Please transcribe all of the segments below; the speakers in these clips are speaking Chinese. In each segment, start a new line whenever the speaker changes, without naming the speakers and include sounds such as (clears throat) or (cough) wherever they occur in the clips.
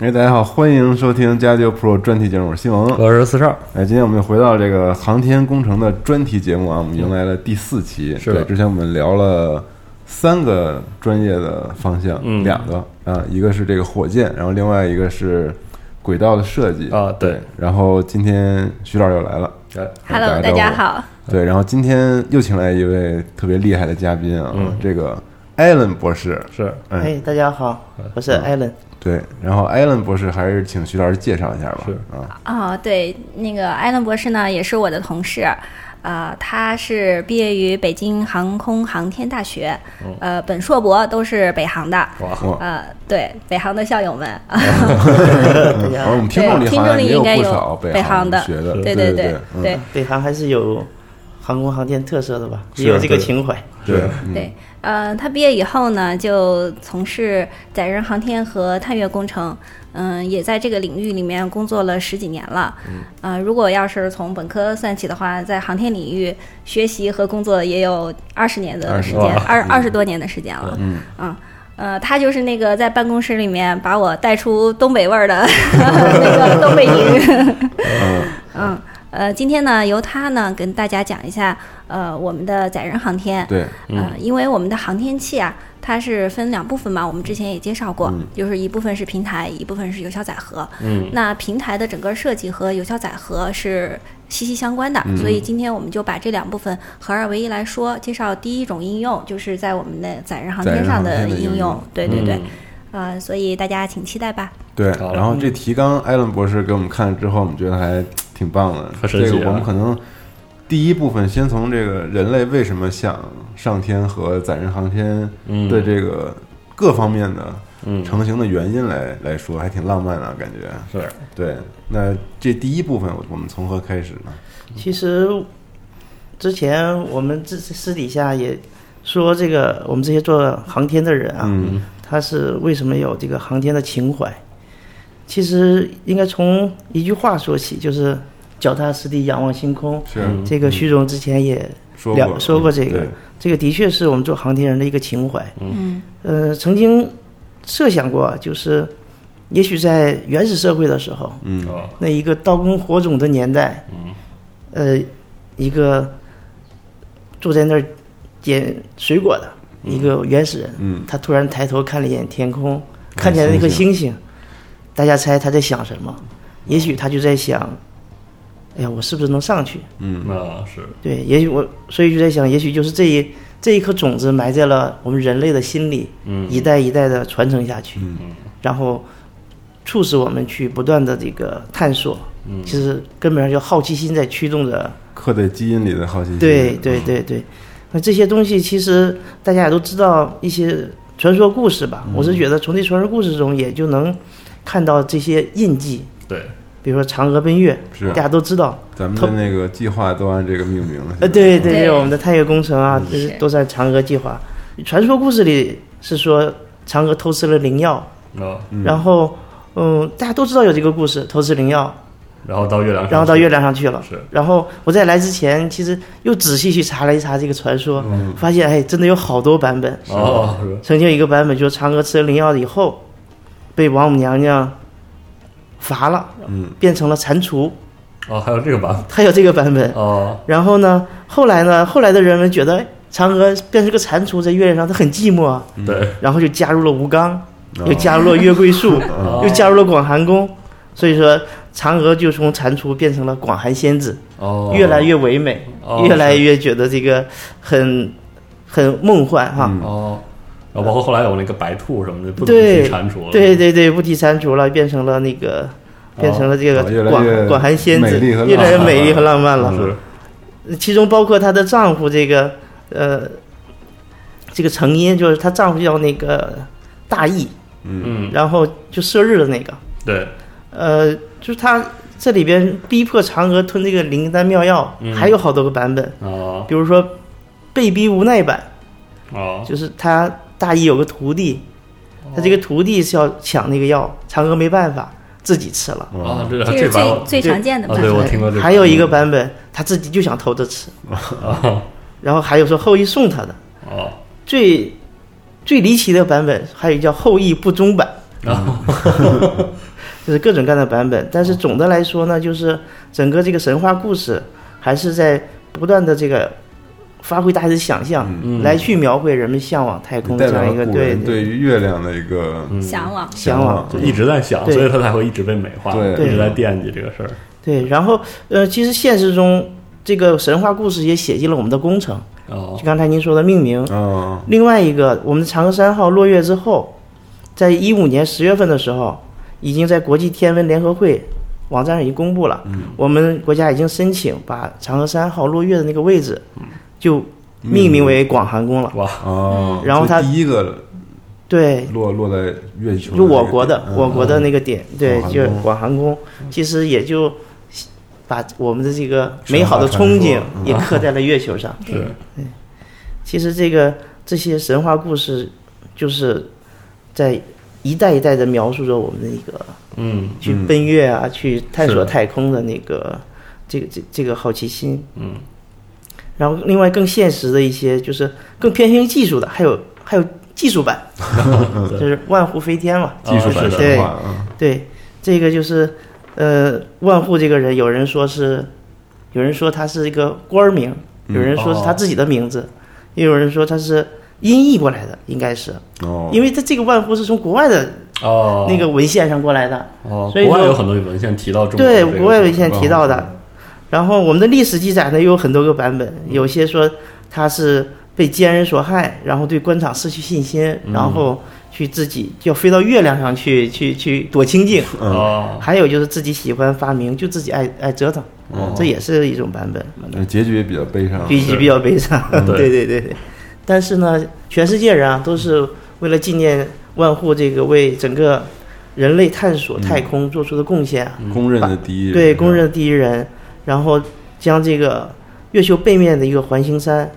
哎，大家好，欢迎收听《家教 Pro》专题节目，我是西蒙。
我是四少，
哎，今天我们又回到这个航天工程的专题节目啊，我们迎来了第四期。
是
对，之前我们聊了三个专业的方向，
嗯
两个啊，一个是这个火箭，然后另外一个是轨道的设计
啊哎对。
然后今天徐老师又来了，
Hello，
大
大
家
家
好
好。
对，然后今天又请来一位特别厉害的嘉宾啊，
嗯
这个艾伦博士。
是
哎，
哎，大家好，我
嗯
是艾伦。
对，然后艾伦博士还是请徐老师介绍一下吧。
是
啊，
哦，对，那个艾伦博士呢，也是我的同事，呃，他是毕业于北京航空航天大学，
哦
呃，本硕博都是北航的，
哇，
我
呃，对，北航的校友们，啊
大家
而我
好，
们听众里嗯好
对听
像
众里
也
应该
不
有
少
北
航
航的
学的，
对
对
对
嗯
对
北航还是有航空航天特色的吧，
是
也有这个
对
情怀。
啊对
是
嗯
对，呃，他毕业以后呢，就从事载人航天和探月工程，嗯、也在这个领域里面工作了十几年了。嗯，呃，如果要是从本科算起的话，在航天领域学习和工作也有二十年的
20
时
哇
间，二二十多嗯年的时间了。
嗯
啊。呃，他就是那个在办公室里面把我带出东北味儿 (laughs) 的那个东北女。 (laughs) 嗯，呃，今天呢，由他呢跟大家讲一下，呃，我们的载人航天。
对，
呃，因为我们的航天器啊，它是分两部分嘛，我们之前也介绍过，
嗯
就是一部分是平台，一部分是有效载荷。
嗯，
那平台的整个设计和有效载荷是息息相关的，
嗯
所以今天我们就把这两部分合二为一来说，介绍第一种应用，就是在我们的载人航
载
天
人
上
航天的应
应
用
对对对
嗯，
呃，所以大家请期
(laughs)
待吧。
对，
好了嗯
然后这提纲，艾伦博士给我们看了之后，我们觉得还挺棒的。
很神
这
奇啊
个我们可能第一部分先从这个人类为什么想上天和载人航天
嗯
的这个各方面的
嗯
成型的原因来来说，还挺浪漫的、啊感觉。
是
对，那这第一部分我我们从何开始呢？
其实之前我们私私底下也说，这个我们这些做航天的人啊，
嗯
他是为什么有这个航天的情怀？其实应该从一句话说起，就是脚踏实地，仰望星空。
是嗯
这个徐总之前也
说
聊
过嗯
说过这个
对
这个的确是我们做航天人的一个情怀。
嗯
呃，曾经设想过，就是也许在原始社会的时候，
嗯
哦
那一个刀耕火种的年代，呃，一个坐在那儿捡水果的一个原始人，
嗯
他突然抬头看了一眼天空，
看
看见了一颗
星
星星，大家猜他在想什么？也许他就在想，哎呀，我是不是能上去？
嗯
那是
对，也许我，所以就在想，也许就是这一这一颗种子埋在了我们人类的心里，
嗯
一代一代的传承下去，然后促使我们去不断的这个探索。其实根本上就好奇心在驱动着。
刻在基因里的好奇心。嗯
对对对对，那这些东西其实大家也都知道一些传说故事吧。我是觉得从这传说故事中也就能看到这些印记，
对，
比如说嫦娥奔月，
是啊
大家都知道。
咱们的那个计划都按这个命名了。
呃，对对
对
对，我们的探月工程啊，这是
是
都在嫦娥计划。传说故事里是说嫦娥偷吃了灵药，
那
然后嗯，大家都知道有这个故事，偷吃灵药，
然后到月亮上去，
然后到月亮上去了。
嗯是
然后我在来之前，其实又仔细去查了一查这个传说，发现哎，真的有好多版本。
嗯哦，是
曾经有一个版本就是嫦娥吃了灵药以后，被王母娘娘罚了，
嗯，
变成了蟾蜍，
哦，还有这个版
还有这个版本
本。哦，
然后呢，后来呢，后来的人们觉得哎嫦娥变成个蟾蜍在月亮上，她很寂寞啊，
对，
然后就加入了吴刚，
哦
又加入了月桂
(laughs)
树，又加入了广寒宫，所以说嫦娥就从蟾蜍变成了广寒仙子，
哦，
越来越唯美，
哦
越来越觉得这个很很梦幻哈。
嗯
哦，然后包括后来有那个白兔什么的，不能
对
去蟾蜍了，
对对对，不提蟾蜍了，变成了那个。变成了这个
哦越来
广
越
广寒仙
美
子，
丽和
越来越
浪漫嗯
美丽和浪漫了。
嗯是
其中包括她的丈夫这个呃，这个成因就是她丈夫叫那个大义，
嗯，
然后就射日的那个，
对，
呃，就是她这里边逼迫嫦娥吞这个灵丹妙药，
嗯
还有好多个版本，
哦
比如说被逼无奈版，
哦，
就是他大一有个徒弟，他这个徒弟是要抢那个药，嫦娥没办法，自己吃了。
啊，这
这是
版
最
我
最常见的
啊
吧？
对我听过这个嗯
还有一个版本，他自己就想偷着吃，
啊
然后还有说后羿送他的。
哦
最最离奇的版本，还有一个叫后羿不忠版，
啊
就是各种各样的版本。但是总的来说呢，就是整个这个神话故事还是在不断的这个发挥大家的想象，来去描绘人们向往太空
嗯代
这
表
样一
了
个
古
对
人对于月亮的一个
嗯
向往。
向往。
就一直在想，
对
所以他才会一直被美化，
对
一直在惦记这个事儿。
对，然后呃，其实现实中这个神话故事也写进了我们的工程，
哦
就刚才您说的命名。
啊，
另外一个，我们的嫦娥三号落月之后，在一五年十月份的时候，已经在国际天文联合会网站上已经公布了，
嗯
我们国家已经申请把嫦娥三号落月的那个位置
嗯
就命名为广寒宫了。
哇
哦，
嗯然后
所以
他
第一个
对，
落落在月球，
就我国
嗯
的我国的那个点，对，
广寒
就
宫
广寒宫，其实也就把我们的这个美
神话
好的
传
憧
说
憬
嗯
也刻在了月球上。
是
其实这个这些神话故事，就是在一代一代的描述着我们的一个
嗯
去奔月啊，去探索太空的那个这个这这个好奇心。
嗯。
然后，另外更现实的一些，就是更偏向于技术的，还有还有技术版，就是万户飞天嘛。
技术
版
式
的
神话，嗯
对，这个就是呃，万户这个人，有人说是，有人说他是一个官儿名，有人说是他自己的名字，也有人说他是音译过来的，应该是，
哦，
因为他这个万户是从国外的
哦
那个文献上过来的，
哦，
所以
国外
说
有很多文献提到哦中国
对，
这个
国外文献
万户
提到的。然后我们的历史记载呢，也有很多个版本，有些说他是被奸人所害，然后对官场失去信心，然后去自己要飞到月亮上去去去躲清静，
嗯啊
哦
还有就是自己喜欢发明，就自己爱爱折腾，
哦
这也是一种版本，
那结局也比较悲伤，
比比较悲伤。
嗯
对
对对对对，但是呢，全世界人啊都是为了纪念万户这个为整个人类探索太空做出的贡献啊，
公认的第一，
对，公认的第一人，然后将这个月球背面的一个环形山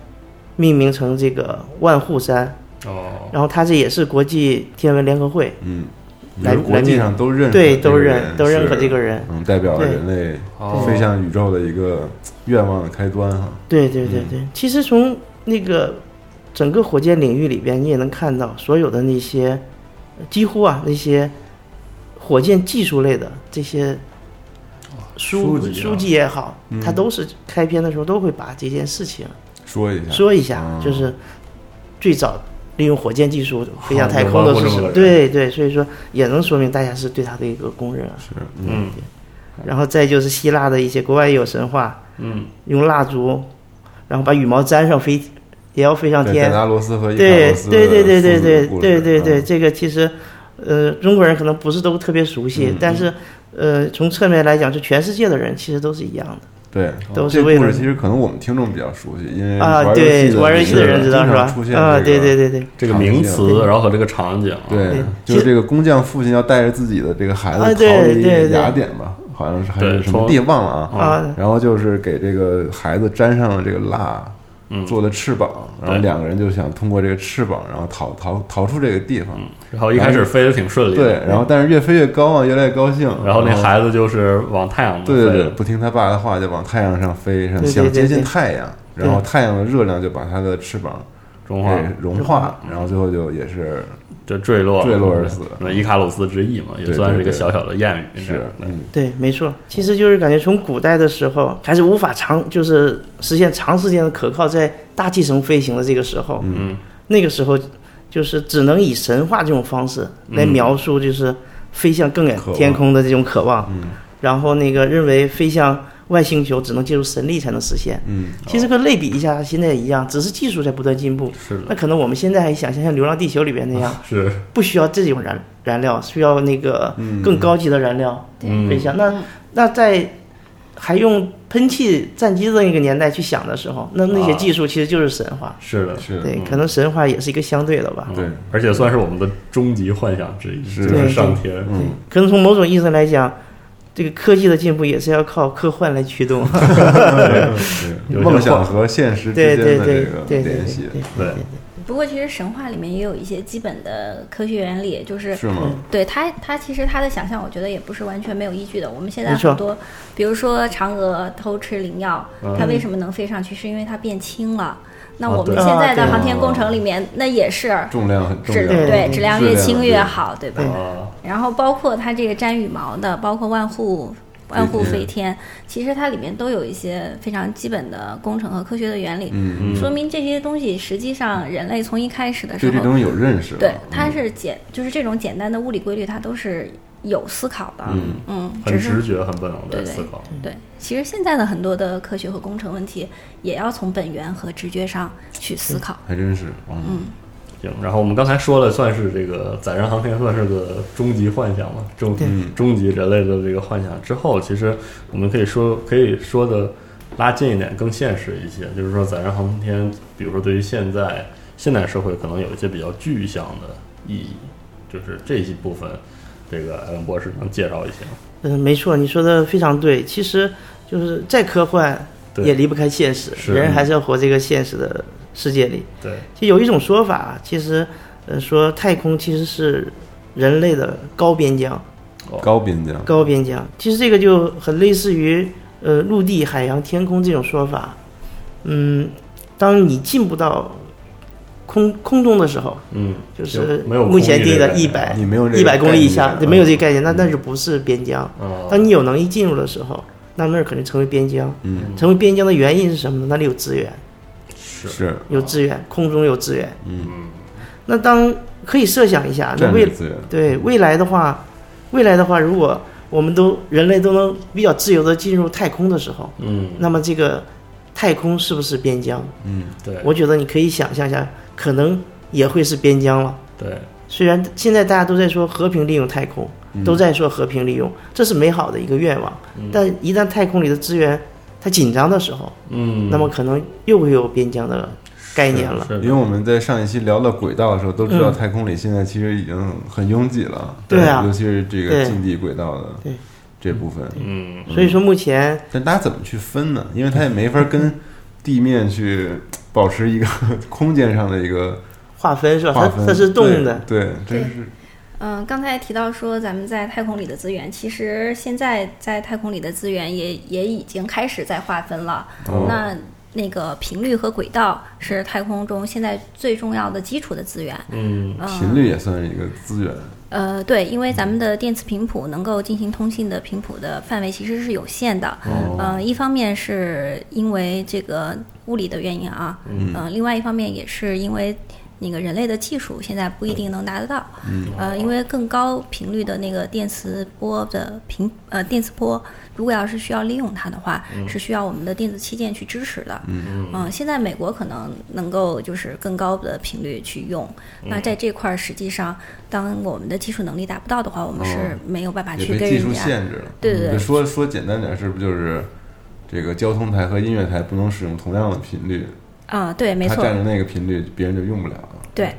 命名成这个万户山，
哦
然后它这也是国际天文联合会
嗯，
来
国际上都认可
对
这
都
个
认
人
都认可
是
这个人，
嗯，代表了
对
人类
哦
飞向宇宙的一个愿望的开端哈。
对对
嗯
对对，其实从那个整个火箭领域里边，你也能看到所有的那些，几乎啊那些火箭技术类的这些书
书籍啊
籍也好，它都是开篇的时候都会把这件事情
说
啊
一下，
说一下，
哦
嗯
就是最早。利用火箭技术飞向太
有
空
玩
的
过
是
这
什
么
么？
个人
对对，所以说也能说明大家是对他的一个公认啊。
是
嗯
然后再就是希腊的一些国外也有神话，
嗯
用蜡烛，然后把羽毛粘上飞，也要飞上
在
天。
拉罗斯和伊卡
对
罗斯
对对对对
的
对
父子故事
对对对，
嗯
这个其实，呃，中国人可能不是都特别熟
嗯
悉，但是，呃，从侧面来讲，就全世界的人其实都是一样的。
对，
都是
这
为
故
了
事其实可能我们听众比较熟悉，因为
啊，
嗯玩
对，
戏
玩游
游
戏的人知道是吧
出现？
啊，
这个
对对对对，
这个名词，然后和这个场景，啊
对
对，
就是这个工匠父亲要带着自己的这个孩子
啊
逃
对对
离
对
雅典吧，好像是还
对
是什么
从
地忘了
啊
然后就是给这个孩子粘上了这个蜡
嗯
做的翅膀，然后
对
两个人就想通过这个翅膀，然后逃逃逃出这个地方。
然后一开始飞得挺顺利，
对，，然后但是越飞越高啊，越来越高兴。
然后那孩子就是往太阳
对对对，
嗯对，
不听他爸的话，就往太阳上飞，上
对对
想
对
接近
对
太阳，然后太阳的热量就把他的翅膀
中华
给融化，然后最后就也是
就坠落
坠落而死
那伊卡鲁斯之翼嘛，也
对
算是一
对
个
对
小小的谚语，
是嗯
对，没错，其实就是感觉从古代的时候还是无法长，就是实现长时间的可靠在大气层飞行的这个时候，
嗯，
那个时候就是只能以神话这种方式来描述，就是飞向更远
渴望
天空的这种渴望，然后那个认为飞向外星球只能借助神力才能实现。
嗯，
其实跟类比一下，现在也一样，只是技术在不断进步。
是的，
那可能我们现在还想象像《流浪地球》里边那样，
是
不需要这种燃燃料，需要那个更高级的燃料
嗯
飞翔。那那在还用喷气战机的那个年代去想的时候，那那些
啊
技术其实就是神话。
是嗯的，
是
对，可能神话也是一个相对的吧。
对
嗯，而且算是我们的终极幻想之一，嗯
是
就是
对
嗯
上天，
可能从某种意义上来讲，这个科技的进步也是要靠科幻来驱动。
嗯
嗯
有
梦
些
想和现实之
对
间
对
的
对
这个
对对
联系，
对
对
不过其实神话里面也有一些基本的科学原理，就是
是吗？
对他，他其实他的想象，我觉得也不是完全没有依据的。我们现在
没错
很多，比如说嫦娥偷吃灵药，它为什么能飞上去？是因为它变轻了。那
啊
我
对
们现在
啊
的
对
航天工程里面，那也是
重量很重
质
要，嗯
对
对质量越
质量
轻越
对
好，对吧？
啊，
然后包括它这个粘羽毛的，包括万户万户飞天，其实它里面都有一些非常基本的工程和科学的原理，
嗯
说明这些东西实际上人类从一开始的时
对
候
这东西有认识了，嗯
对，它是简，就是这种简单的物理规律，它都是有思考的。
嗯
很
只
直
是
觉、很本能
对
的
对
思考。
对。其实现在的很多的科学和工程问题，也要从本源和直觉上去思考。
还真是，嗯，
行，然后我们刚才说了，算是这个载人航天算是个终极幻想嘛，终终极人类的这个幻想之后，其实我们可以说可以说的拉近一点，更现实一些，就是说载人航天，比如说对于现在现代社会可能有一些比较具象的意义，就是这一部分，这个艾伦博士能介绍一下吗？
嗯，没错，你说的非常对。其实就是再科幻
对
也离不开现实，
是嗯
人还是要活这个现实的世界里。
对，
就有一种说法，其实呃说太空其实是人类的高边疆，
嗯
高滨江，
高边疆。其实这个就很类似于呃陆地、海洋、天空这种说法。嗯，当你进不到空空中的时候，
嗯，
就是
没有
目前定的
一
一百
你没有这个
一百公里以
概
下，
念嗯哦
对，没有这个概念，那那就不是边疆。
啊，
当你有能力进入的时候，那那儿可能成为边疆。
嗯，
成为边疆的原因是什么呢？那里有资源，
是
是
有资源，空中有资源。
嗯
那当可以设想一下，啊那
战
未
略资源，
对未来的话，未来的话，如果我们都人类都能比较自由的进入太空的时候，
嗯，
那么这个太空是不是边疆？
嗯
对
我觉得你可以想象一下，可能也会是边疆了。
对
虽然现在大家都在说和平利用太空，
嗯
都在说和平利用，这是美好的一个愿望。但一旦太空里的资源它紧张的时候，
嗯，
那么可能又会有边疆的概念了。
是
因为我们在上一期聊到轨道的时候，都知道太空里现在其实已经很拥挤了，
嗯对啊
尤其是这个
对
近地轨道的
对
这部分，
嗯
所以说目前
但大家怎么去分呢？因为它也没法跟地面去保持一个 (laughs) 空间上的一个
划分是吧？
划
啊它
分，
它是动的，
对，对，真是
嗯，刚才提到说咱们在太空里的资源，其实现在在太空里的资源也也已经开始在划分了。
哦
那那个频率和轨道是太空中现在最重要的基础的资源。
嗯
嗯、
频率也算是一个资源，
呃，对，因为咱们的电磁频谱能够进行通信的频谱的范围其实是有限的。
哦
呃，一方面是因为这个物理的原因啊，嗯、另外一方面也是因为那个人类的技术现在不一定能达得到。嗯，呃，因为更高频率的那个电磁波的频呃电磁波，如果要是需要利用它的话，是需要我们的电子器件去支持的。嗯现在美国可能能够就是更高的频率去用，那在这块儿实际上，当我们的技术能力达不到的话，我们是没有办法
也
去
被
跟
技术
人家。
限制了。
对对对
就说说简单点，是不是就是这个交通台和音乐台不能使用同样的频率？
啊，对，没
它
错，
占着那个频率，别人就用不了了。
对，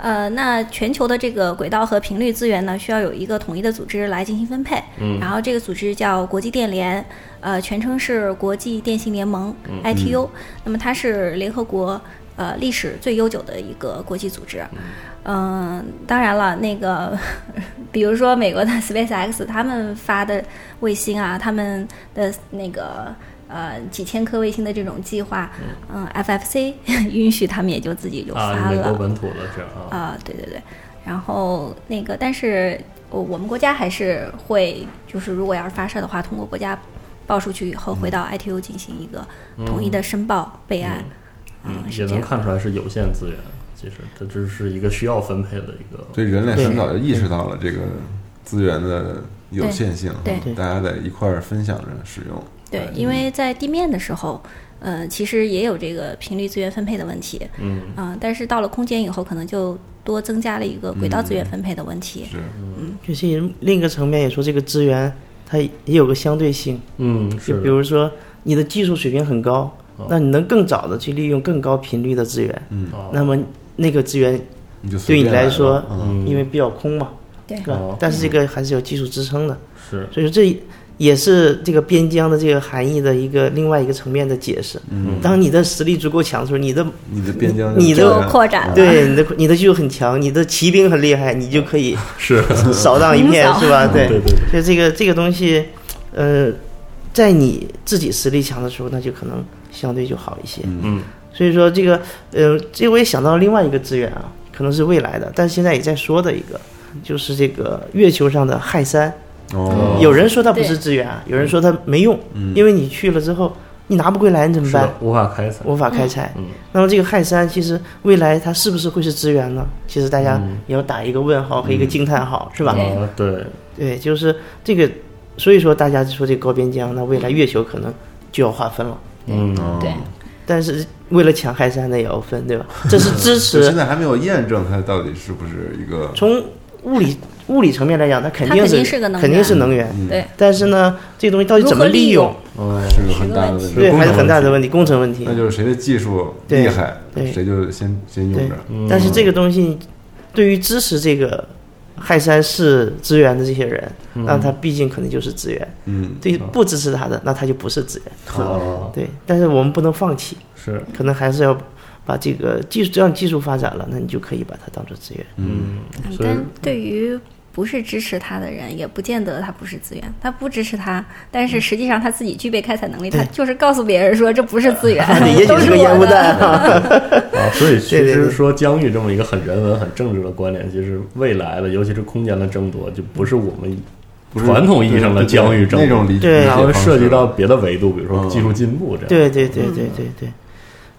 呃，那全球的这个轨道和频率资源呢，需要有一个统一的组织来进行分配。嗯，然后这个组织叫国际电联，呃，全称是国际电信联盟 （ITU）、那么它是联合国呃历史最悠久的一个国际组织。嗯、当然了，那个 (laughs) 比如说美国的 SpaceX 他们发的卫星啊，他们的那个。呃，几千颗卫星的这种计划，嗯、f f c 允许他们也就自己就
啊，
发
美
了。
国本土的这样啊，
啊、对对对，然后那个，但是我我们国家还是会，就是如果要是发射的话，通过国家报出去以
嗯
后，回到 ITU 进行一个统一的申报、备案。
啊
啊
嗯，
是
也
这
能
样
看出来是有限资源，其实它只是一个需要分配的一个，
所以人类很早就意识到了这个资源的有限性，
对
对
大家在一块儿分享着使用。
对，
嗯
因为在地面的时候，呃，其实也有这个频率资源分配的问题，
嗯，
啊、但是到了空间以后，可能就多增加了一个轨
嗯
道资源分配的问题。
是，
就是另一个层面也说这个资源它也有个相对性，
嗯，
就是哦比如说你的技术水平很高，那你能更早的去利用更高频率的资源，
啊
那么那个资源
你就随
对你
便来
来说嗯
吧，嗯
嗯
因为比较空嘛，
对
是吧？
哦
但是这个还是有技术支撑的，
是
所以说这也是这个边疆的这个含义的一个另外一个层面的解释。嗯，当你的实力足够强的时候，你的
你的边疆
你的
扩展
扩展了
对你的你的技术很强，你的骑兵很厉害，你就可以
(laughs) 是，
扫荡一片
(laughs) 横扫
是吧？
啊对对对
所以这个这个东西，呃，在你自己实力强的时候，那就可能相对就好一些。
嗯
所以说这个，呃，这我也想到另外一个资源啊，可能是未来的，但是现在也在说的一个，就是这个月球上的氦三。
哦，
有人说它不是
对
资源啊，有人说它没用，因为你去了之后你拿不回来，你怎
嗯
么
是
办
的？无法开采，
无法开采。
嗯
那么这个氦三其实未来它是不是会是资源呢？其实大家
嗯
也要打一个问号和一个惊叹号，是吧？
啊对，
对，就是这个，所以说大家说这个高边疆，那未来月球可能就要划分了。
嗯，
对，
但是为了抢氦三，那也要分，对吧？这是支
就现
持。
在还没有验证它到底是不是一个
从物理物理层面来讲，它肯定
它肯
是
定是个能源
肯定是能源。
对，
但是呢，这个东西到底怎么
如何利
用
用，
哦，
嗯是个很大的问
是
题？
对，
工
还是
程
很大
问
的问题，工程问题
那。就是谁的技术
对
厉害，
对
谁就先先用
对
着。，
嗯
但是这个东西对于支持这个氦三是资源的这些人，那他毕竟可能就是资源；
嗯，
对于不支持他的，那他就不是资源。
哦，
对，但是我们不能放弃，
是，
可能还是要把这个技术，只要你技术发展了，那你就可以把它当做资源。
嗯，
嗯
所以
但对于不是支持他的人，也不见得他不是资源。他不支持他，但
嗯
是实际上他自己具备开采能力，他就是告诉别人说这不是资源
(laughs) 你也，
都
许是个
我
烟雾
的。
弹啊！
啊，所以其
对对
实
对
说疆域这么一个很人文、很政治的观点，其实未来的，尤其是空间的争夺，就不是我们
不是
传统意义上的
对对
疆域争夺
那种理理
对
解
它会
方式
涉及到别的维度，比如说
嗯
技术进步这样。
(laughs) 对对对对对对。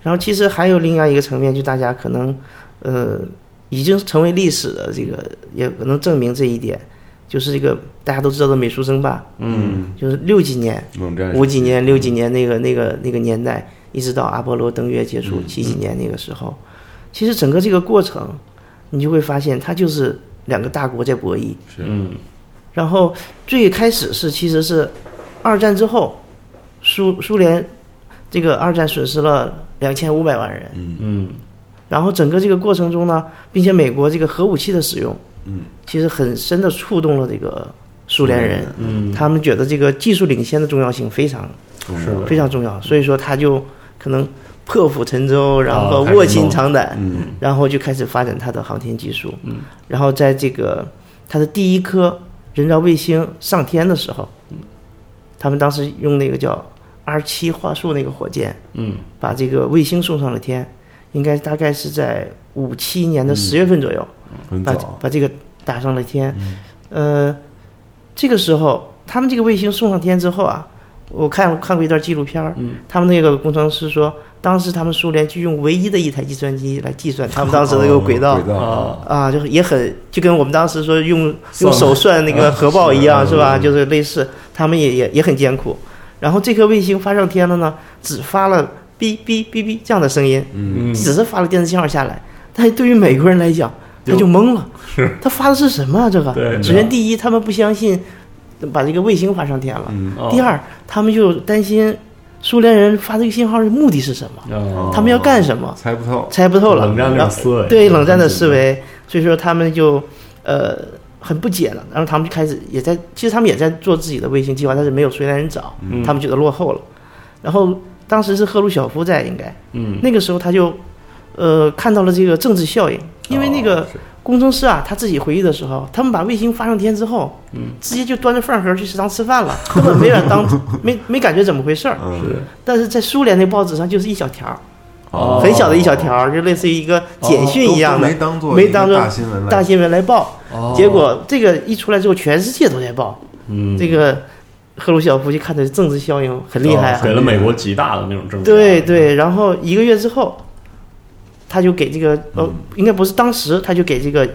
然后其实还有另外一个层面，就大家可能呃已经成为历史的这个，也可能证明这一点，就是这个大家都知道的美苏争霸，
嗯，
就是六几年、
冷战时期嗯
五几年、六几年那个那个那个年代，一直到阿波罗登月结束，七几年那个时候，其实整个这个过程，你就会发现它就是两个大国在博弈。
是
嗯，
然后最开始是其实是二战之后，苏苏联这个二战损失了两千五百万人，
嗯
然后整个这个过程中呢，并且美国这个核武器的使用，嗯，其实很深的触动了这个苏联人，嗯，他们觉得这个技术领先的重要性非常
是的，
非常重要，所以说他就可能破釜沉舟，然后
哦开始
卧薪
弄
尝胆，
嗯
然后就开始发展他的航天技术，然后在这个他的第一颗人造卫星上天的时候，他们当时用那个叫 R 七话术那个火箭，
嗯，
把这个卫星送上了天，应该大概是在五七年的十月份左右，
很
把
早，
把这个打上了天。呃，这个时候他们这个卫星送上天之后啊，我看看过一段纪录片儿，他们那个工程师说，当时他们苏联就用唯一的一台计算机来计算他们当时的那个轨道。
哦轨道，
啊，
啊，就是也很，就跟我们当时说用用
算
手算那个核爆一
啊
样，
是
是吧？就是类似，他们也也也很艰苦。然后这颗卫星发上天了呢，只发了哔哔哔哔这样的声音，
嗯，
只是发了电子信号下来。但是对于美国人来讲，他就懵了，他发的是什么啊？这个
对，
首先第一，他们不相信把这个卫星发上天了；
嗯，
第
二，
二，他们就担心苏联人发这个信号的目的是什么，
啊
哦
他们要干什么，
猜不透，
猜不透了。
冷战那
然
种
后
思维，
对冷战的思，维，所以说他们就呃很不解了，然后他们就开始也在，其实他们也在做自己的卫星计划，但是没有苏联人早，
嗯
他们觉得落后了。然后当时是赫鲁晓夫在，应该
嗯，
那个时候他就呃看到了这个政治效应，因为那个
哦是
工程师啊他自己回忆的时候，他们把卫星发上天之后，
嗯
直接就端着饭盒去食堂吃饭了，根本没把它当 (laughs) 没没感觉怎么回事儿。
嗯，
是
但是在苏联那报纸上就是一小条儿，
哦
很小的一小条儿，就类似于一个简讯
都
一样
哦都
的，
没当做
没
一个
当做
大新闻来，
大新闻来报。
哦
结果这个一出来之后，全世界都在报。
嗯，
这个赫鲁晓夫就看着政治效应很厉害
哦给
啊，
了美国极大的那种政治
对
压力，
对。然后一个月之后，他就给这个呃，应该不是当时他就给这个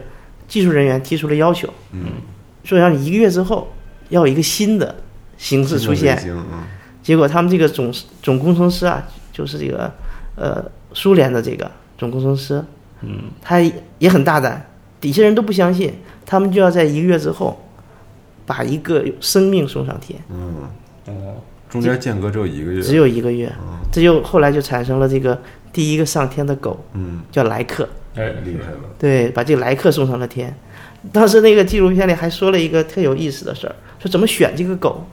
技术人员提出了要求，嗯，说让你一个月之后要有一个新的形式出现。
新闻卫星嗯
结果他们这个总总工程师啊，就是这个呃苏联的这个总工程师，嗯，他也很大胆，底下人都不相信，他们就要在一个月之后把一个生命送上天，
嗯，
哦，
中间间隔只有一个月，
只有一个月，这就后来就产生了这个第一个上天的狗
嗯
叫莱克，
哎，
厉害了，
对，把这个莱克送上了天。当时那个纪录片里还说了一个特有意思的事儿，说怎么选这个狗，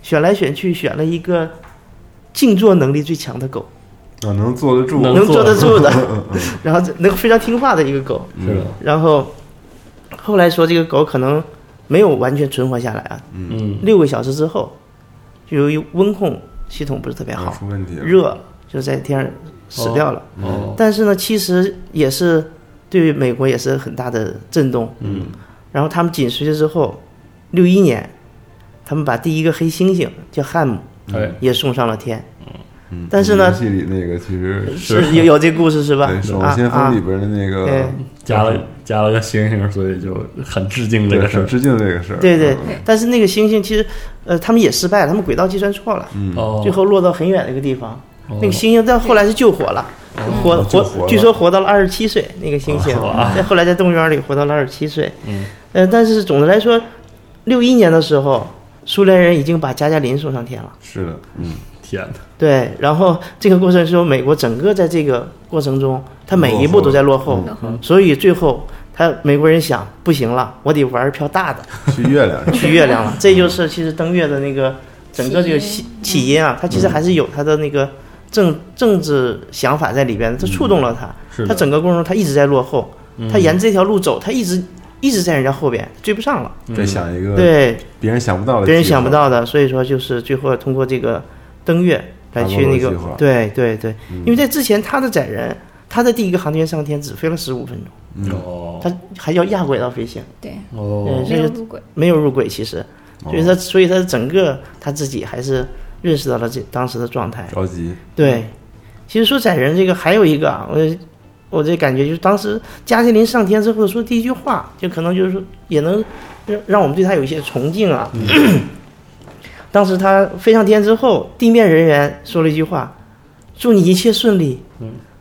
选来选去选了一个静坐能力最强的狗，
啊，能坐得住，
能
能
坐
坐得住
(laughs)
的，然后这能非常听话的一个狗。
是的，
然后后来说这个狗可能没有完全存活下来啊，
嗯，
六个小时之后，就由于温控系统不是特别
啊
好，
出问题了，
热了就在天上死掉了。
哦，
但是呢，其实也是对于美国也是很大的震动。
嗯，
然后他们紧随着之后，六一年，他们把第一个黑猩猩叫汉姆
哎，
也送上了天。
嗯
但是呢
游戏里那个其实
是
有有这故事是吧？
(laughs) 对《守望
啊
先锋》
啊
里，边的那个
对
加了加了个星星，所以就很致敬这
对
个事
很
儿。
致敬这个事儿，嗯
对对，但是那个猩猩其实，呃，他们也失败了，他们轨道计算错了，
嗯，嗯，
哦，
最后落到很远的一个地方。
哦
那个猩猩到后来是救火了，活
哦救活
活
了
据说活到了二十七岁。那个猩猩
哇，
在后来在动物园里活到了二十七岁。
嗯，
呃，但是总的来说，六一年的时候，苏联人已经把加加林送上天了。
是的，嗯，
天哪，
对，然后这个过程中，美国整个在这个过程中，他每一步都在落后，所以最后他美国人想，不行了，我得玩票大的，
嗯去月亮上，
去月亮了。这就是其实登月的那个整个这个起起因啊，它其实还是有它的那个政政治想法在里边的，这触动了他。
是
他
的，
整个过程中他一直在落后，他沿这条路走，他一直一直在人家后边，追不上了。
嗯
再想一个
对，
别人想不到的，
别人想不，到的，所以说就是最后通过这个登月来去
达
那个
到了计划，
对对对，因为在之前他的载人，他的第一个航天上天只飞了十五分钟，
哦，
他还要亚轨道飞行，
对，
哦，
呃
没有入轨。
没有入轨其实，所以他所以他整个他自己还是认识到了这当时的状态。
着急，
对，其实说载人这个还有一个啊，我我这感觉就是当时加西林上天之后说第一句话，就可能就是说也能让让我们对他有一些崇敬啊。 (clears throat) 当时他飞上天之后，地面人员说了一句话：“祝你一切顺利。”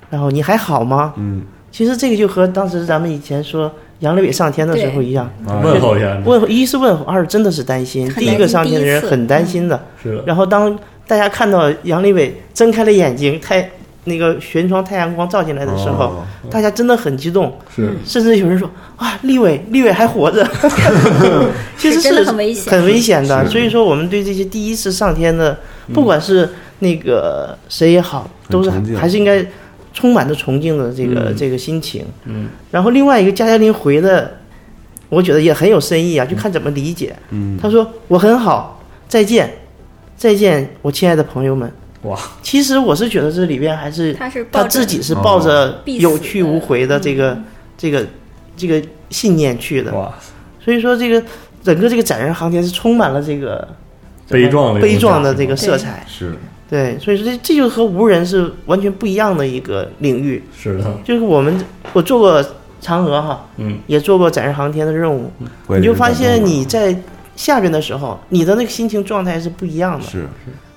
然后你还好吗？
嗯，
其实这个就和当时咱们以前说杨利伟上天的时候一样，
啊
嗯问候一下，
问候一是问候，二是真的是担心。
很
第一个
担心
上天的
第一
人
次
很担心的，
是的，
然后当大家看到杨利伟睁开了眼睛，太那个悬窗太阳光照进来的时候，嗯
哦
大家真的很激动，
是
甚至有人说：“哇，立伟，立伟还活着！” (laughs) 其
是
实
真的很危险
很危险的。所以说，我们对这些第一次上天的，不管是那个谁也好，
嗯很
都是
崇敬
还是应该充满着崇敬的这个、这个心情。
嗯，
然后另外一个加加林回的，我觉得也很有深意啊，就看怎么理解。
嗯，
他说：“我很好，再见，再见，我亲爱的朋友们。”
哇，
其实我是觉得这里边还是
他是抱
他
着
自己
哦
是抱着
必死嗯
有去无回的这个、这个这个信念去的，
哇，
所以说这个整个这个载人航天是充满了这个
悲壮的一种
悲壮的这个色彩，
是
对，所以说这这就和无人是完全不一样的一个领域，
是的，
就是我们我做过嫦娥哈，
嗯，
也做过载人航天的任务，
我也
你就
觉得
发现
感动了
你在下边的时候，你的那个心情状态是不一样的，
是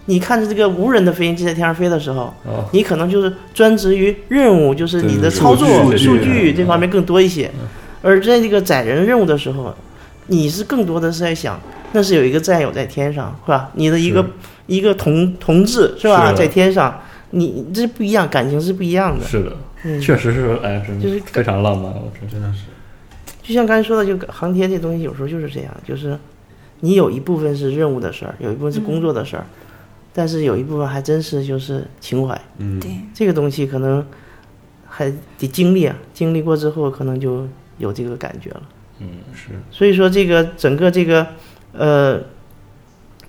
你看着这个无人的飞行器在天上飞的时候。
哦，
你可能就是专职于任务，就是你的操作
对对对
数
数据
据
嗯
这方面更多一些。而在这个载人任务的时候，你是更多的是在想，那是有一个战友在天上，是吧？你的一个
是
一个同同志是吧，
是
在天上，你这不一样，感情是不一样的。
是的，
嗯，
确实是，哎，真的
就是
非常浪漫，我真
真的是
就像刚才说的，就航天这东西有时候就是这样，就是你有一部分是任务的事儿，有一部分是工作的事儿，但是有一部分还真是就是情怀。
嗯
对，
这个东西可能还得经历啊，经历过之后可能就有这个感觉了。
嗯是
所以说，这个整个这个呃，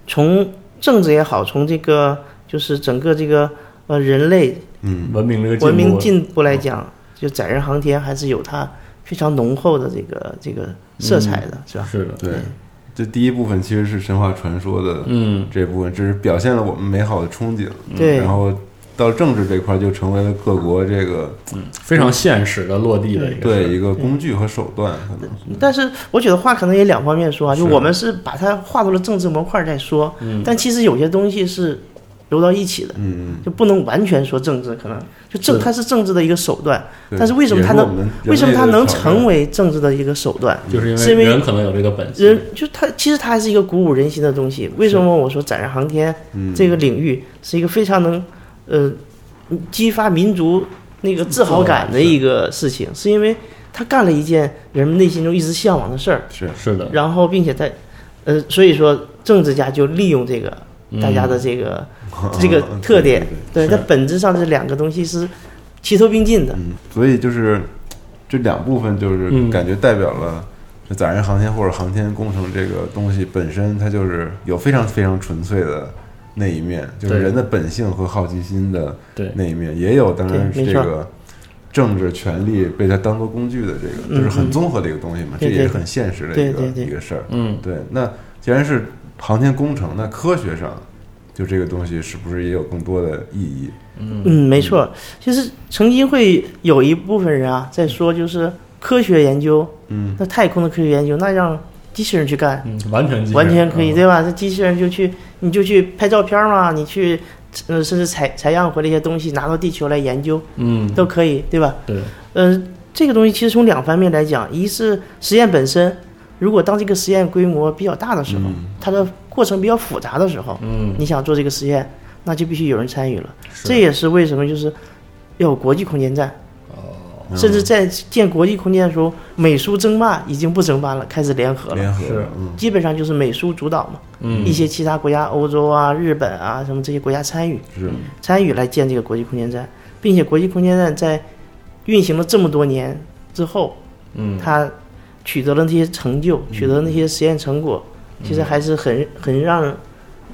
从政治也好，从这个就是整个这个呃人类
嗯
文明这个
文明
进
进步来讲，就载人航天还是有它非常浓厚的这个这个色彩的，是
步
吧？
是的，
对，
嗯
这第一部分其实是神话传说的
嗯，
这部分，这是表现了我们美好的憧憬，
对
然后到政治这块儿就成为了各国这个
非常现实的落地的一个事儿
对一
嗯
个工具和手段，可能
但是我觉得话可能也两方面说啊，嗯就是嗯我们是把它划入了政治模块儿再说，但其实有些东西是揉到一起的。
嗯，
就不能完全说政治，可能就政它是政治的一个手段，
对
但是为什么它
也是我
能
们
为什么它能成
为
为政治的一个手段？
就是因
是因为
为人可能有这个本性
人，就它其实它还是一个鼓舞人心的东西。为什么我说载人航天这个领域是一个非常能呃激发民族那个自豪感的一个事情，是因为他干了一件人们内心中一直向往的事儿，
是
是的，
然后并且他，呃，所以说政治家就利用这个大家的这个、这个
嗯
特点，
啊对对对
它
是
本质上这两个东西是齐头并进的，
嗯，所以就是这两部分，就是
嗯
感觉代表了这载人航天或者航天工程这个东西本身，它就是有非常非常纯粹的那一面，就是
对
人的本性和好奇心的
对
那一面，也有当然
对
是
没
这
错
个政治权力被它当做工具的这个，
嗯
就是很综合的一个东西嘛，这
对
也是
对
很现实的
对
一个
对对
一个事儿。
嗯，
对，那既然是航天工程，那科学上就这个东西是不是也有更多的意义？
嗯，没错。其实曾经会有一部分人啊在说，就是科学研究，
嗯，
那太空的科学研究，那让机器人去干，
嗯，完全
完全可以，
这
对吧？这机器人就去，你就去拍照片嘛，你去，呃，甚至采采样回来一些东西，拿到地球来研究
嗯，
都可以，对吧？
对，
呃，这个东西其实从两方面来讲，一是实验本身，如果当这个实验规模比较大的时候，它的过程比较复杂的时候，
嗯，
你想做这个实验，那就必须有人参与了。
是
这也是为什么就是要有国际空间站，
哦，
甚至在建国际空间的时候，美苏争霸已经不争霸了，开始联合了。
联合
是
嗯
基本上呃就是美苏主导嘛，
嗯
一些其他国家，欧洲啊、日本啊什么这些国家参与
是
参与来建这个国际空间站，并且国际空间站在运行了这么多年之后，
嗯，
它取得了那些成就，取得了那些实验成果，
嗯
其实还是很很让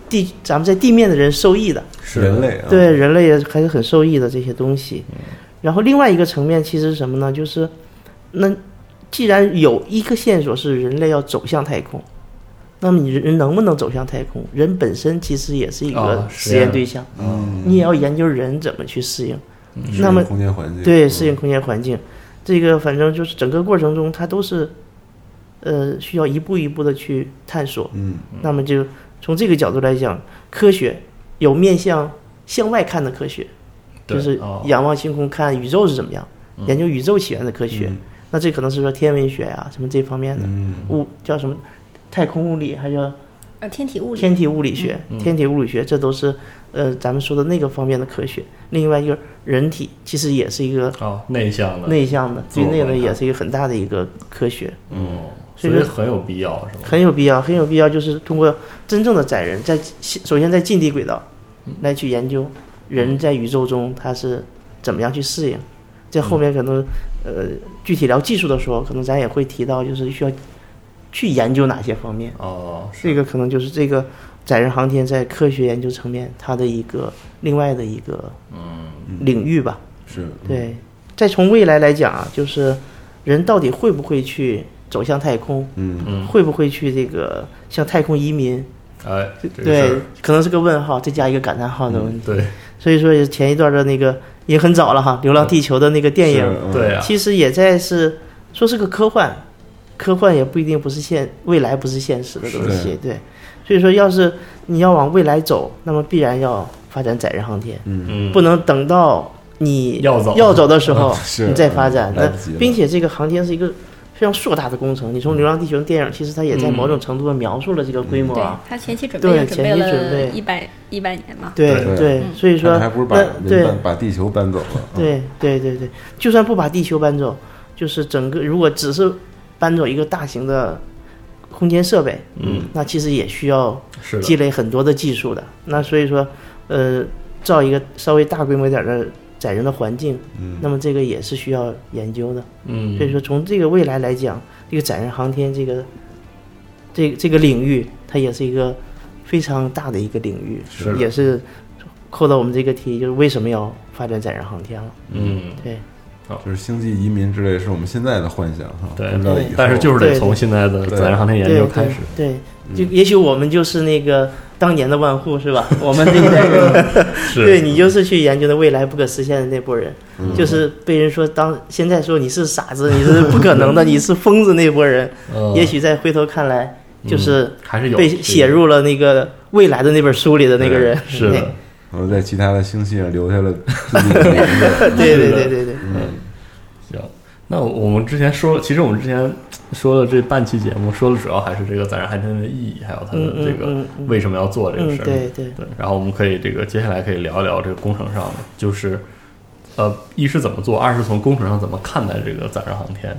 地咱们在地面的人受益的。
是
人类啊，
对人类也还是很受益的这些东西。
嗯
然后另外一个层面其实是什么呢？就是那既然有一个线索是人类要走向太空，那么你人能不能走向太空？人本身其实也是一
啊
个
实
实
验
验对象，你也要研究人怎么去适应。
嗯是
那么
空间环境
对，
嗯
适应空间环境，这个反正就是整个过程中，它都是，呃，需要一步一步的去探索。
嗯，
那么就从这个角度来讲，科学有面向向外看的科学，
对
就是
哦
仰望星空看宇宙是怎么样，研究宇宙起源的科学。那这可能是说天文学啊，什么这方面的、物叫什么太空物理，还叫
呃，天体物理，嗯
天体物理学，天体物理学，这都是呃咱们说的那个方面的科学。另外一个人体其实也是一个
哦，内
嗯
向的，
内向的，
自
哦
对
我
内呢
观察
也是一个很大的一个科学，
嗯，所
所以
以
说
很有必要，是吧？
很有必要，很有必要，就是通过真正的载人，在首先在近地轨道
嗯
来去研究人在宇宙中他是怎么样去适应，在后面可能呃具体聊技术的时候，可能咱也会提到，就是需要去研究哪些方面，
哦，
这个可能就是这个载人航天在科学研究层面它的一个另外的一个
嗯
领域吧。
是
对，再从未来来讲啊，就是人到底会不会去走向太空？
嗯
嗯
会不会去这个像太空移民？
哎，这个
对
事儿，嗯
可能是个问号，再加一个感叹号的问题。
对
所以说，也前一段的那个也很早了哈，《流浪地球》的那个电影，
是嗯
对啊，
其实也在是说是个科幻，科幻也不一定不是现未来不是现实的东
是
西，对。所以说，要是你要往未来走，那么必然要发展载人航天。
嗯，
不能等到你
要走
要走的时候
(laughs) 是
你再发展。
嗯来
那
不及了嗯
并且这个航天是一个非常硕大的工程。你从《流浪地球》电影，其实它也在某种程度上描述了这个规模
对
嗯
啊。，
他前期准备
对
也准备
前期准
了
备
一百一百年嘛，
对
对
对，所以说
他还不是把
那
人
对
搬把地球搬走
啊
了？
对对对对，就算不把地球搬走，就是整个如果只是搬走一个大型的空间设备，嗯，那其实也需要
是
积
的，
累很多的技术的。那所以说，呃，造一个稍微大规模点儿的载人的环境，嗯，那么这个也是需要研究的。所以
嗯，
说，从这个未来来讲，这个载人航天这个这这个领域，它也是一个非常大的一个领域，
是的
也是扣到我们这个题，就是为什么要发展载人航天了？
嗯，
对，
啊就是星际移民之类，是我们现在的幻想哈。
对
不知道以后
但是就是得
对
从现在的
对
载人航天研
对
究开始，嗯
对，对就也许我们就是那个当年的万户是吧？我们这一代人，
(laughs) 是，嗯
对你就是去研究的未来不可实现的那波人，就是被人说当现在说你是傻子，你是不可能
(laughs)
的，你是疯子那波人，
嗯
也许在回头看来就是。
还是有
被
这个
写入了那个未来的那本书里的那个人。
是的，
我在其他的星系上留下了自己的名字。
(laughs) 对，对对对对对，
行，那我们之前说了，其实我们之前说了这半期节目，说的主要还是这个载人航天的意义，还有它的
嗯嗯
这个
嗯嗯
为什么要做这个
嗯
事儿。
对对
对，然后我们可以这个接下来可以聊一聊这个工程上的，就是呃，一是怎么做，二是从工程上怎么看待这个载人航天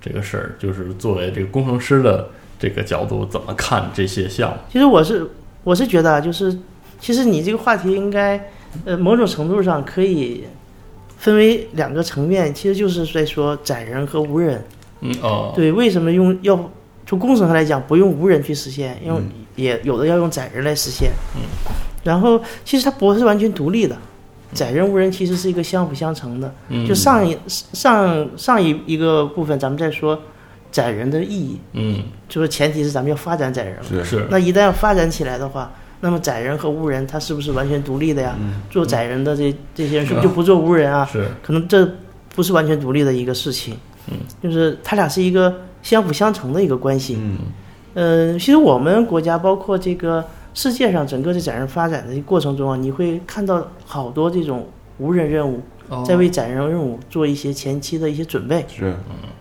这个事儿，就是作为这个工程师的这个角度怎么看这些项目。
其实我是我是觉得，啊，就是其实你这个话题应该，呃，某种程度上可以分为两个层面，其实就是在说载人和无人。
嗯哦，
对，为什么用要从工程上来讲不用无人去实现，用也有的要用载人来实现。
嗯，
然后其实它不是完全独立的，载人无人其实是一个相辅相成的。
嗯
就上一上上一一个部分，咱们在说载人的意义，
嗯
就是前提是咱们要发展载人嘛。
是
是
那一旦发展起来的话，那么载人和无人它是不是完全独立的呀？
嗯
做载人的这这些人是不是就不做无人啊？
是
可能这不是完全独立的一个事情，
嗯，
就是它俩是一个相辅相成的一个关系。
嗯
嗯、其实我们国家包括这个世界上整个这载人发展的过程中啊，你会看到好多这种无人任务
哦
在为载人任务做一些前期的一些准备。
是，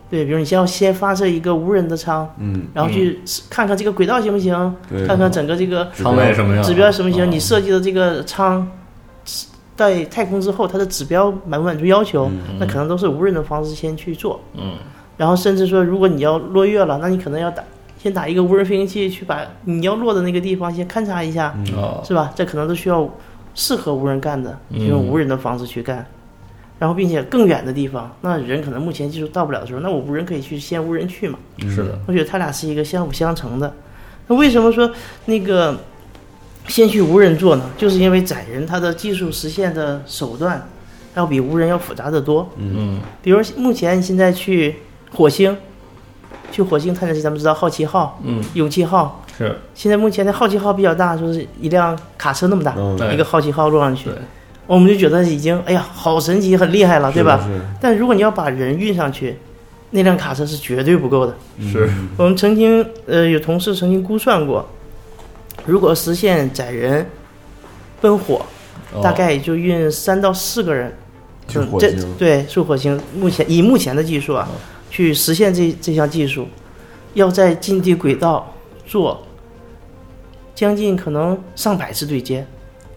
对，比如你先要先发射一个无人的舱，
嗯，
然后去看看这个轨道行不行，
对
看看整个这个
仓位什么样，
指标什么
啊
行，你设计的这个舱在太空之后，它的指标满不满足要求，那可能都是无人的方式先去做。
嗯
然后甚至说，如果你要落月了，那你可能要打先打一个无人飞行器去把你要落的那个地方先勘察一下，
哦
是吧？这可能都需要适合无人干的，就用无人的方式去干。然后，并且更远的地方，那人可能目前技术到不了的时候，那我无人可以去先无人去嘛。
是的
我觉得它俩是一个相辅相成的。那为什么说那个先去无人做呢？就是因为载人它的技术实现的手段要比无人要复杂的多。
嗯
比如目前现在去火星，去火星探测器，咱们知道好奇号、
嗯
勇气号。
是
现在目前的好奇号比较大，就是一辆卡车那么大，
嗯
对
一个好奇号落上去
对，
我们就觉得已经哎呀好神奇，很厉害了，对吧？
是
但如果你要把人运上去，那辆卡车是绝对不够的。
是
嗯
我们曾经呃有同事曾经估算过，如果实现载人奔火，
哦
大概也就运三到四个人。嗯
去火
这
星，哦
对，去火星。目前以目前的技术啊，去实现这这项技术，要在近地轨道做将近可能上百次对接。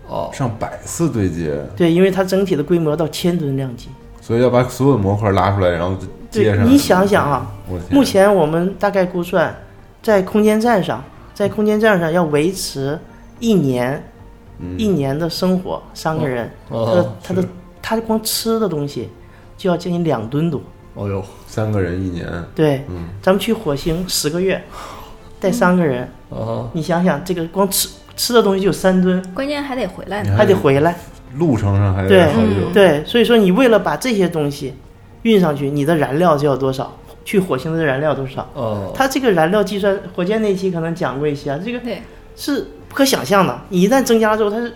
哦
上百次对接，
对，因为它整体的规模到千吨量级。
所以要把所有的模块拉出来，然后接
对
上。，
你想想啊，
我的天，
目前我们大概估算，在空间站上，在空间站上要维持一年，一年的生活，三个人，
嗯
呃
哦
他的他的他光吃的东西就要将近两吨多。
哦呦
三个人一年，嗯
对，咱们去火星十个月，带三个人，
哦
你想想，这个光吃吃的东西就有三吨，
关键还得回来
哎
你
呢。
还
还得回来。
路程上还
对
得好
嗯
久，
对，所以说你为了把这些东西运上去，你的燃料就要多少？去火星的燃料多少？
哦
它这个燃料计算，火箭那期可能讲过一些啊，这个
对，
是不可想象的。你一旦增加之后，它是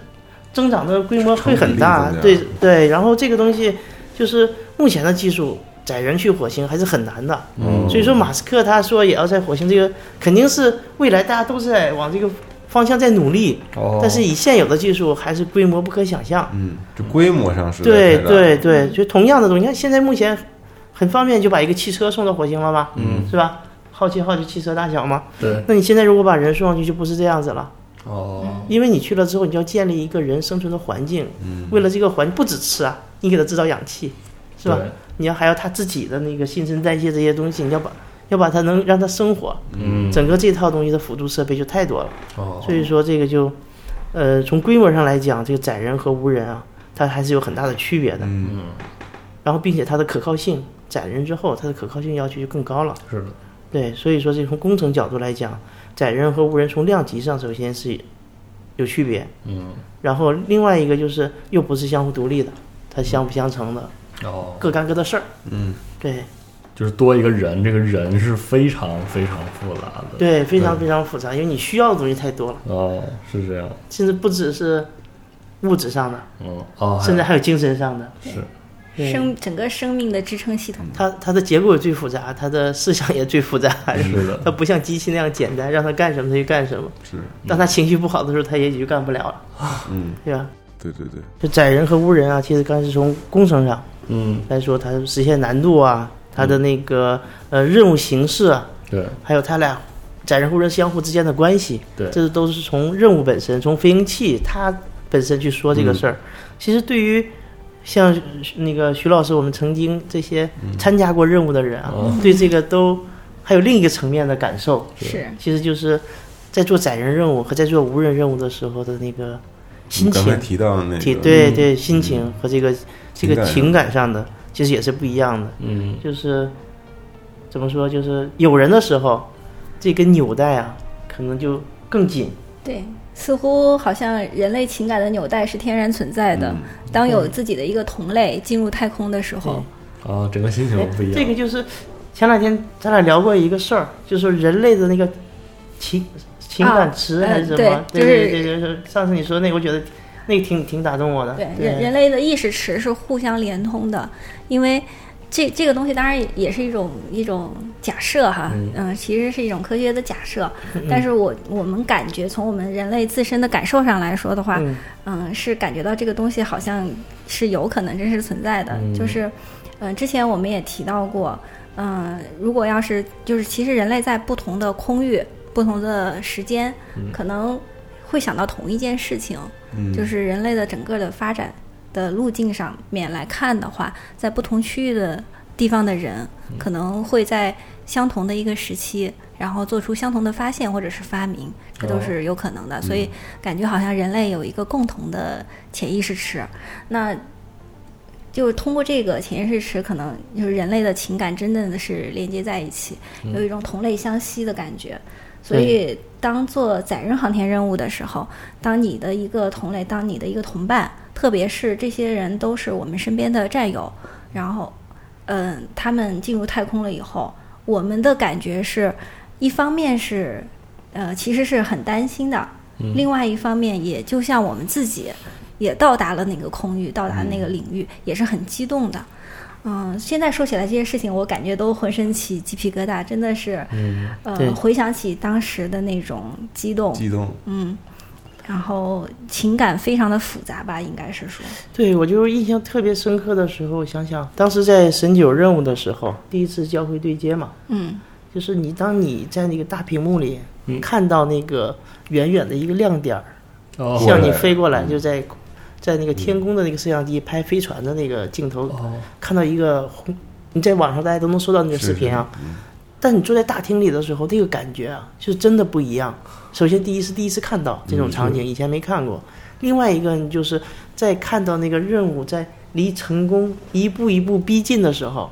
增长的规模会很大
成，比例
对
增
对。然后这个东西就是目前的技术载人去火星还是很难的，
嗯
所以说马斯克他说也要在火星，这个肯定是未来大家都是在往这个方向在努力，
哦，
但是以现有的技术还是规模不可想象。
嗯，这规模上是
对对对，
嗯
就同样的东西，你看现在目前很方便就把一个汽车送到火星了吧，
嗯
是吧？好奇号就汽车大小嘛，
对
那你现在如果把人送上去就不是这样子了。
哦
因为你去了之后，你就要建立一个人生存的环境。嗯
嗯
为了这个环，不止吃啊，你给他制造氧气，是吧？
对
你要还要他自己的那个新陈代谢这些东西，你要把要把他能让他生活，
嗯
整个这套东西的辅助设备就太多了。
哦
所以说这个就，呃，从规模上来讲，这个载人和无人啊，它还是有很大的区别的。
嗯
然后，并且它的可靠性，载人之后它的可靠性要求就更高了。
是的
对，所以说这从工程角度来讲，载人和无人从量级上首先是有区别。
嗯
然后另外一个就是又不是相互独立的，它相辅相成的，
哦
各干各的事儿。
嗯，
对
就是多一个人，这个人是非常非常复杂的。
对，非常非常复杂，因为你需要的东西太多了，
哦，是这样，
甚至不只是物质上的，
嗯，哦，
甚至还有精神上的。
是
对嗯
生整个生命的支撑系统，
它它的结构也最复杂，它的思想也最复杂。
嗯是的
(laughs) 它不像机器那样简单，让它干什么它就干什么。
是，
嗯
当它情绪不好的时候，它也就干不了了，
嗯，
对吧？
对对对，
就载人和无人啊，其实刚才是从工程上
嗯，
来说，它实现难度啊，它的那个呃任务形式啊，
对，
还有它俩载人和无人相互之间的关系，
对
这都是从任务本身，从飞行器它本身去说这个事儿。其实对于像那个徐老师，我们曾经这些参加过任务的人啊，对这个都还有另一个层面的感受，
是
其实就是在做载人任务和在做无人任务的时候的那个心
刚才
情，
提到的那
体
个，嗯
对对心情和这个这
情
个
感上
情感上的，其实也是不一样的。
嗯
就是怎么说，就是有人的时候，这根纽带啊，可能就更紧。
对，似乎好像人类情感的纽带是天然存在的。当有自己的一个同类进入太空的时候，
啊，整个心情不一样。
哎这个就是前两天咱俩聊过一个事儿，就是说人类的那个情情感池
啊
还是什
对
么？
就
对
是
对对，就是上次你说那个，我觉得那个挺挺打动我的。
对人人类的意识池是互相连通的，因为这这个东西当然也是一种一种假设哈，嗯、其实是一种科学的假设，但是我我们感觉从我们人类自身的感受上来说的话，
嗯
嗯、是感觉到这个东西好像是有可能真实存在的，就是，嗯、之前我们也提到过，嗯、如果要是就是其实人类在不同的空域、不同的时间，可能会想到同一件事情，就是人类的整个的发展的路径上面来看的话，在不同区域的地方的人，可能会在相同的一个时期，然后做出相同的发现或者是发明，这都是有可能的。所以感觉好像人类有一个共同的潜意识池，那。就是通过这个潜意识池，可能就是人类的情感真正的是连接在一起，有一种同类相吸的感觉。所以，当做载人航天任务的时候，当你的一个同类，当你的一个同伴，特别是这些人都是我们身边的战友，然后，嗯，他们进入太空了以后，我们的感觉是，一方面是，呃，其实是很担心的；，另外一方面，也就像我们自己，也到达了那个空域，到达那个领域，也是很激动的。嗯，现在说起来这些事情，我感觉都浑身起鸡皮疙瘩，真的是，
对
嗯
呃，回想起当时的那种激动，
激动，
嗯，然后情感非常的复杂吧，应该是说，
对，我就印象特别深刻的时候，想想当时在神九任务的时候，第一次交会对接嘛，
嗯，
就是你当你在那个大屏幕里
嗯
看到那个远远的一个亮点儿
哦
过
向你
来
飞过来，就在在那个天宫的那个摄像机拍飞船的那个镜头，
哦，
看到一个红，你在网上大家都能搜到那个视频啊。但你坐在大厅里的时候，那个感觉啊，就是真的不一样。首先，第一是第一次看到这种场景，以前没看过；另外一个，你就是在看到那个任务在离成功一步一步逼近的时候，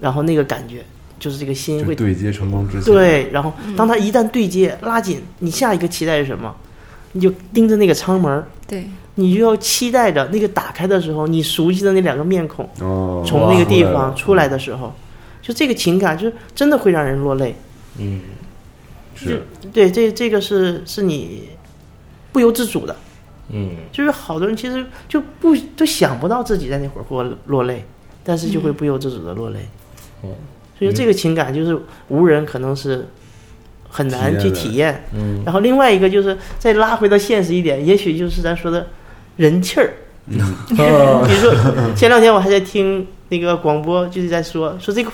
然后那个感觉就是这个心
就
会
对接成功之前，
对，然后当它一旦对接拉紧，你下一个期待是什么？你就盯着那个舱门儿，
对，
你就要期待着那个打开的时候，你熟悉的那两个面孔
哦，
从那个地
哇
方出来的时候，就这个情感，就是真的会让人落泪。
嗯，
是
对，这这个是是你不由自主的，
嗯，
就是好多人其实就不就想不到自己在那会儿会落落泪，但是就会不由自主的落泪。嗯
哦，
所以这个情感就是无人可能是很难去体
体
验。 (laughs)
嗯，
然后另外一个就是再拉回到现实一点，也许就是咱说的人气儿。
嗯
嗯
比如说前两天我还在听那个广播，就是在说说这个。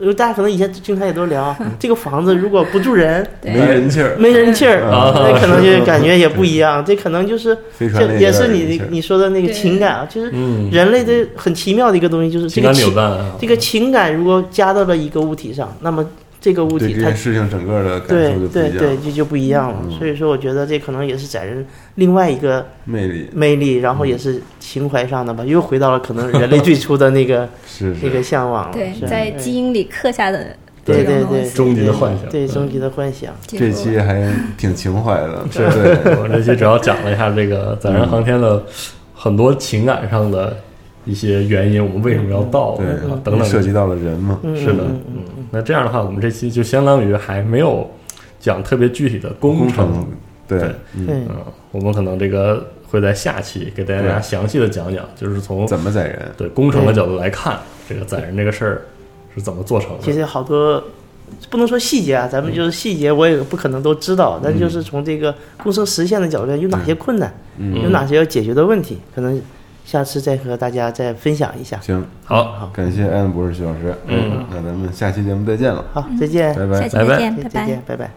呃，大家可能以前经常也都聊，
嗯
这个房子如果不住人，
没人气儿，
没人气儿，
啊
那可能就感觉也不一样。这可能就是
飞船那
这
个
也是你
人气儿
你说的那个
对
情感啊，就是
嗯
人类的很奇妙的一个东西，就是这
情
个
感纽
情
带啊，
这个情感如果加到了一个物体上，那么这个物
对
体
这
它
件事情整个的感
对
受就不
对
一
对
样，嗯
就就不一样了。所以说，我觉得这可能也是载人另外一个
魅力
魅力，然后也是情怀上的吧，又回到了可能人类最初的那
(laughs)
个
是
那
是，
个向往了。
对
是，
在基因里刻下的
对
这
对
种东
对，
西，
终极的幻想嗯
对终极的幻想。
结
这
果
期还挺情怀的，对，
(laughs) 我这期主要讲了一下这个载人航天的很多情感上的一些原因，我们为什么要到，
嗯对
啊，等等
涉及到了人嘛，
嗯
是的，嗯，那这样的话，我们这期就相当于还没有讲特别具体的
工
程
程，对
嗯对，
对
嗯，我们可能这个会在下期给大家
对
详细的讲讲，就是从
怎么载人？
对工程的角度来看，这个载人这个事儿是怎么做成
其
的。
实好多不能说细节啊，咱们就是细节，我也不可能都知
嗯
道，但就是从这个共生实现的角度，有哪些困难，
嗯
有哪些要解决的问题，可能下次再和大家再分享一下。
行，
好，
感谢安博士徐老师，嗯，那咱们下期节目再见了，
好，再见，
拜拜
下。期
拜拜
再见，
再
拜
再
拜。
见，拜拜。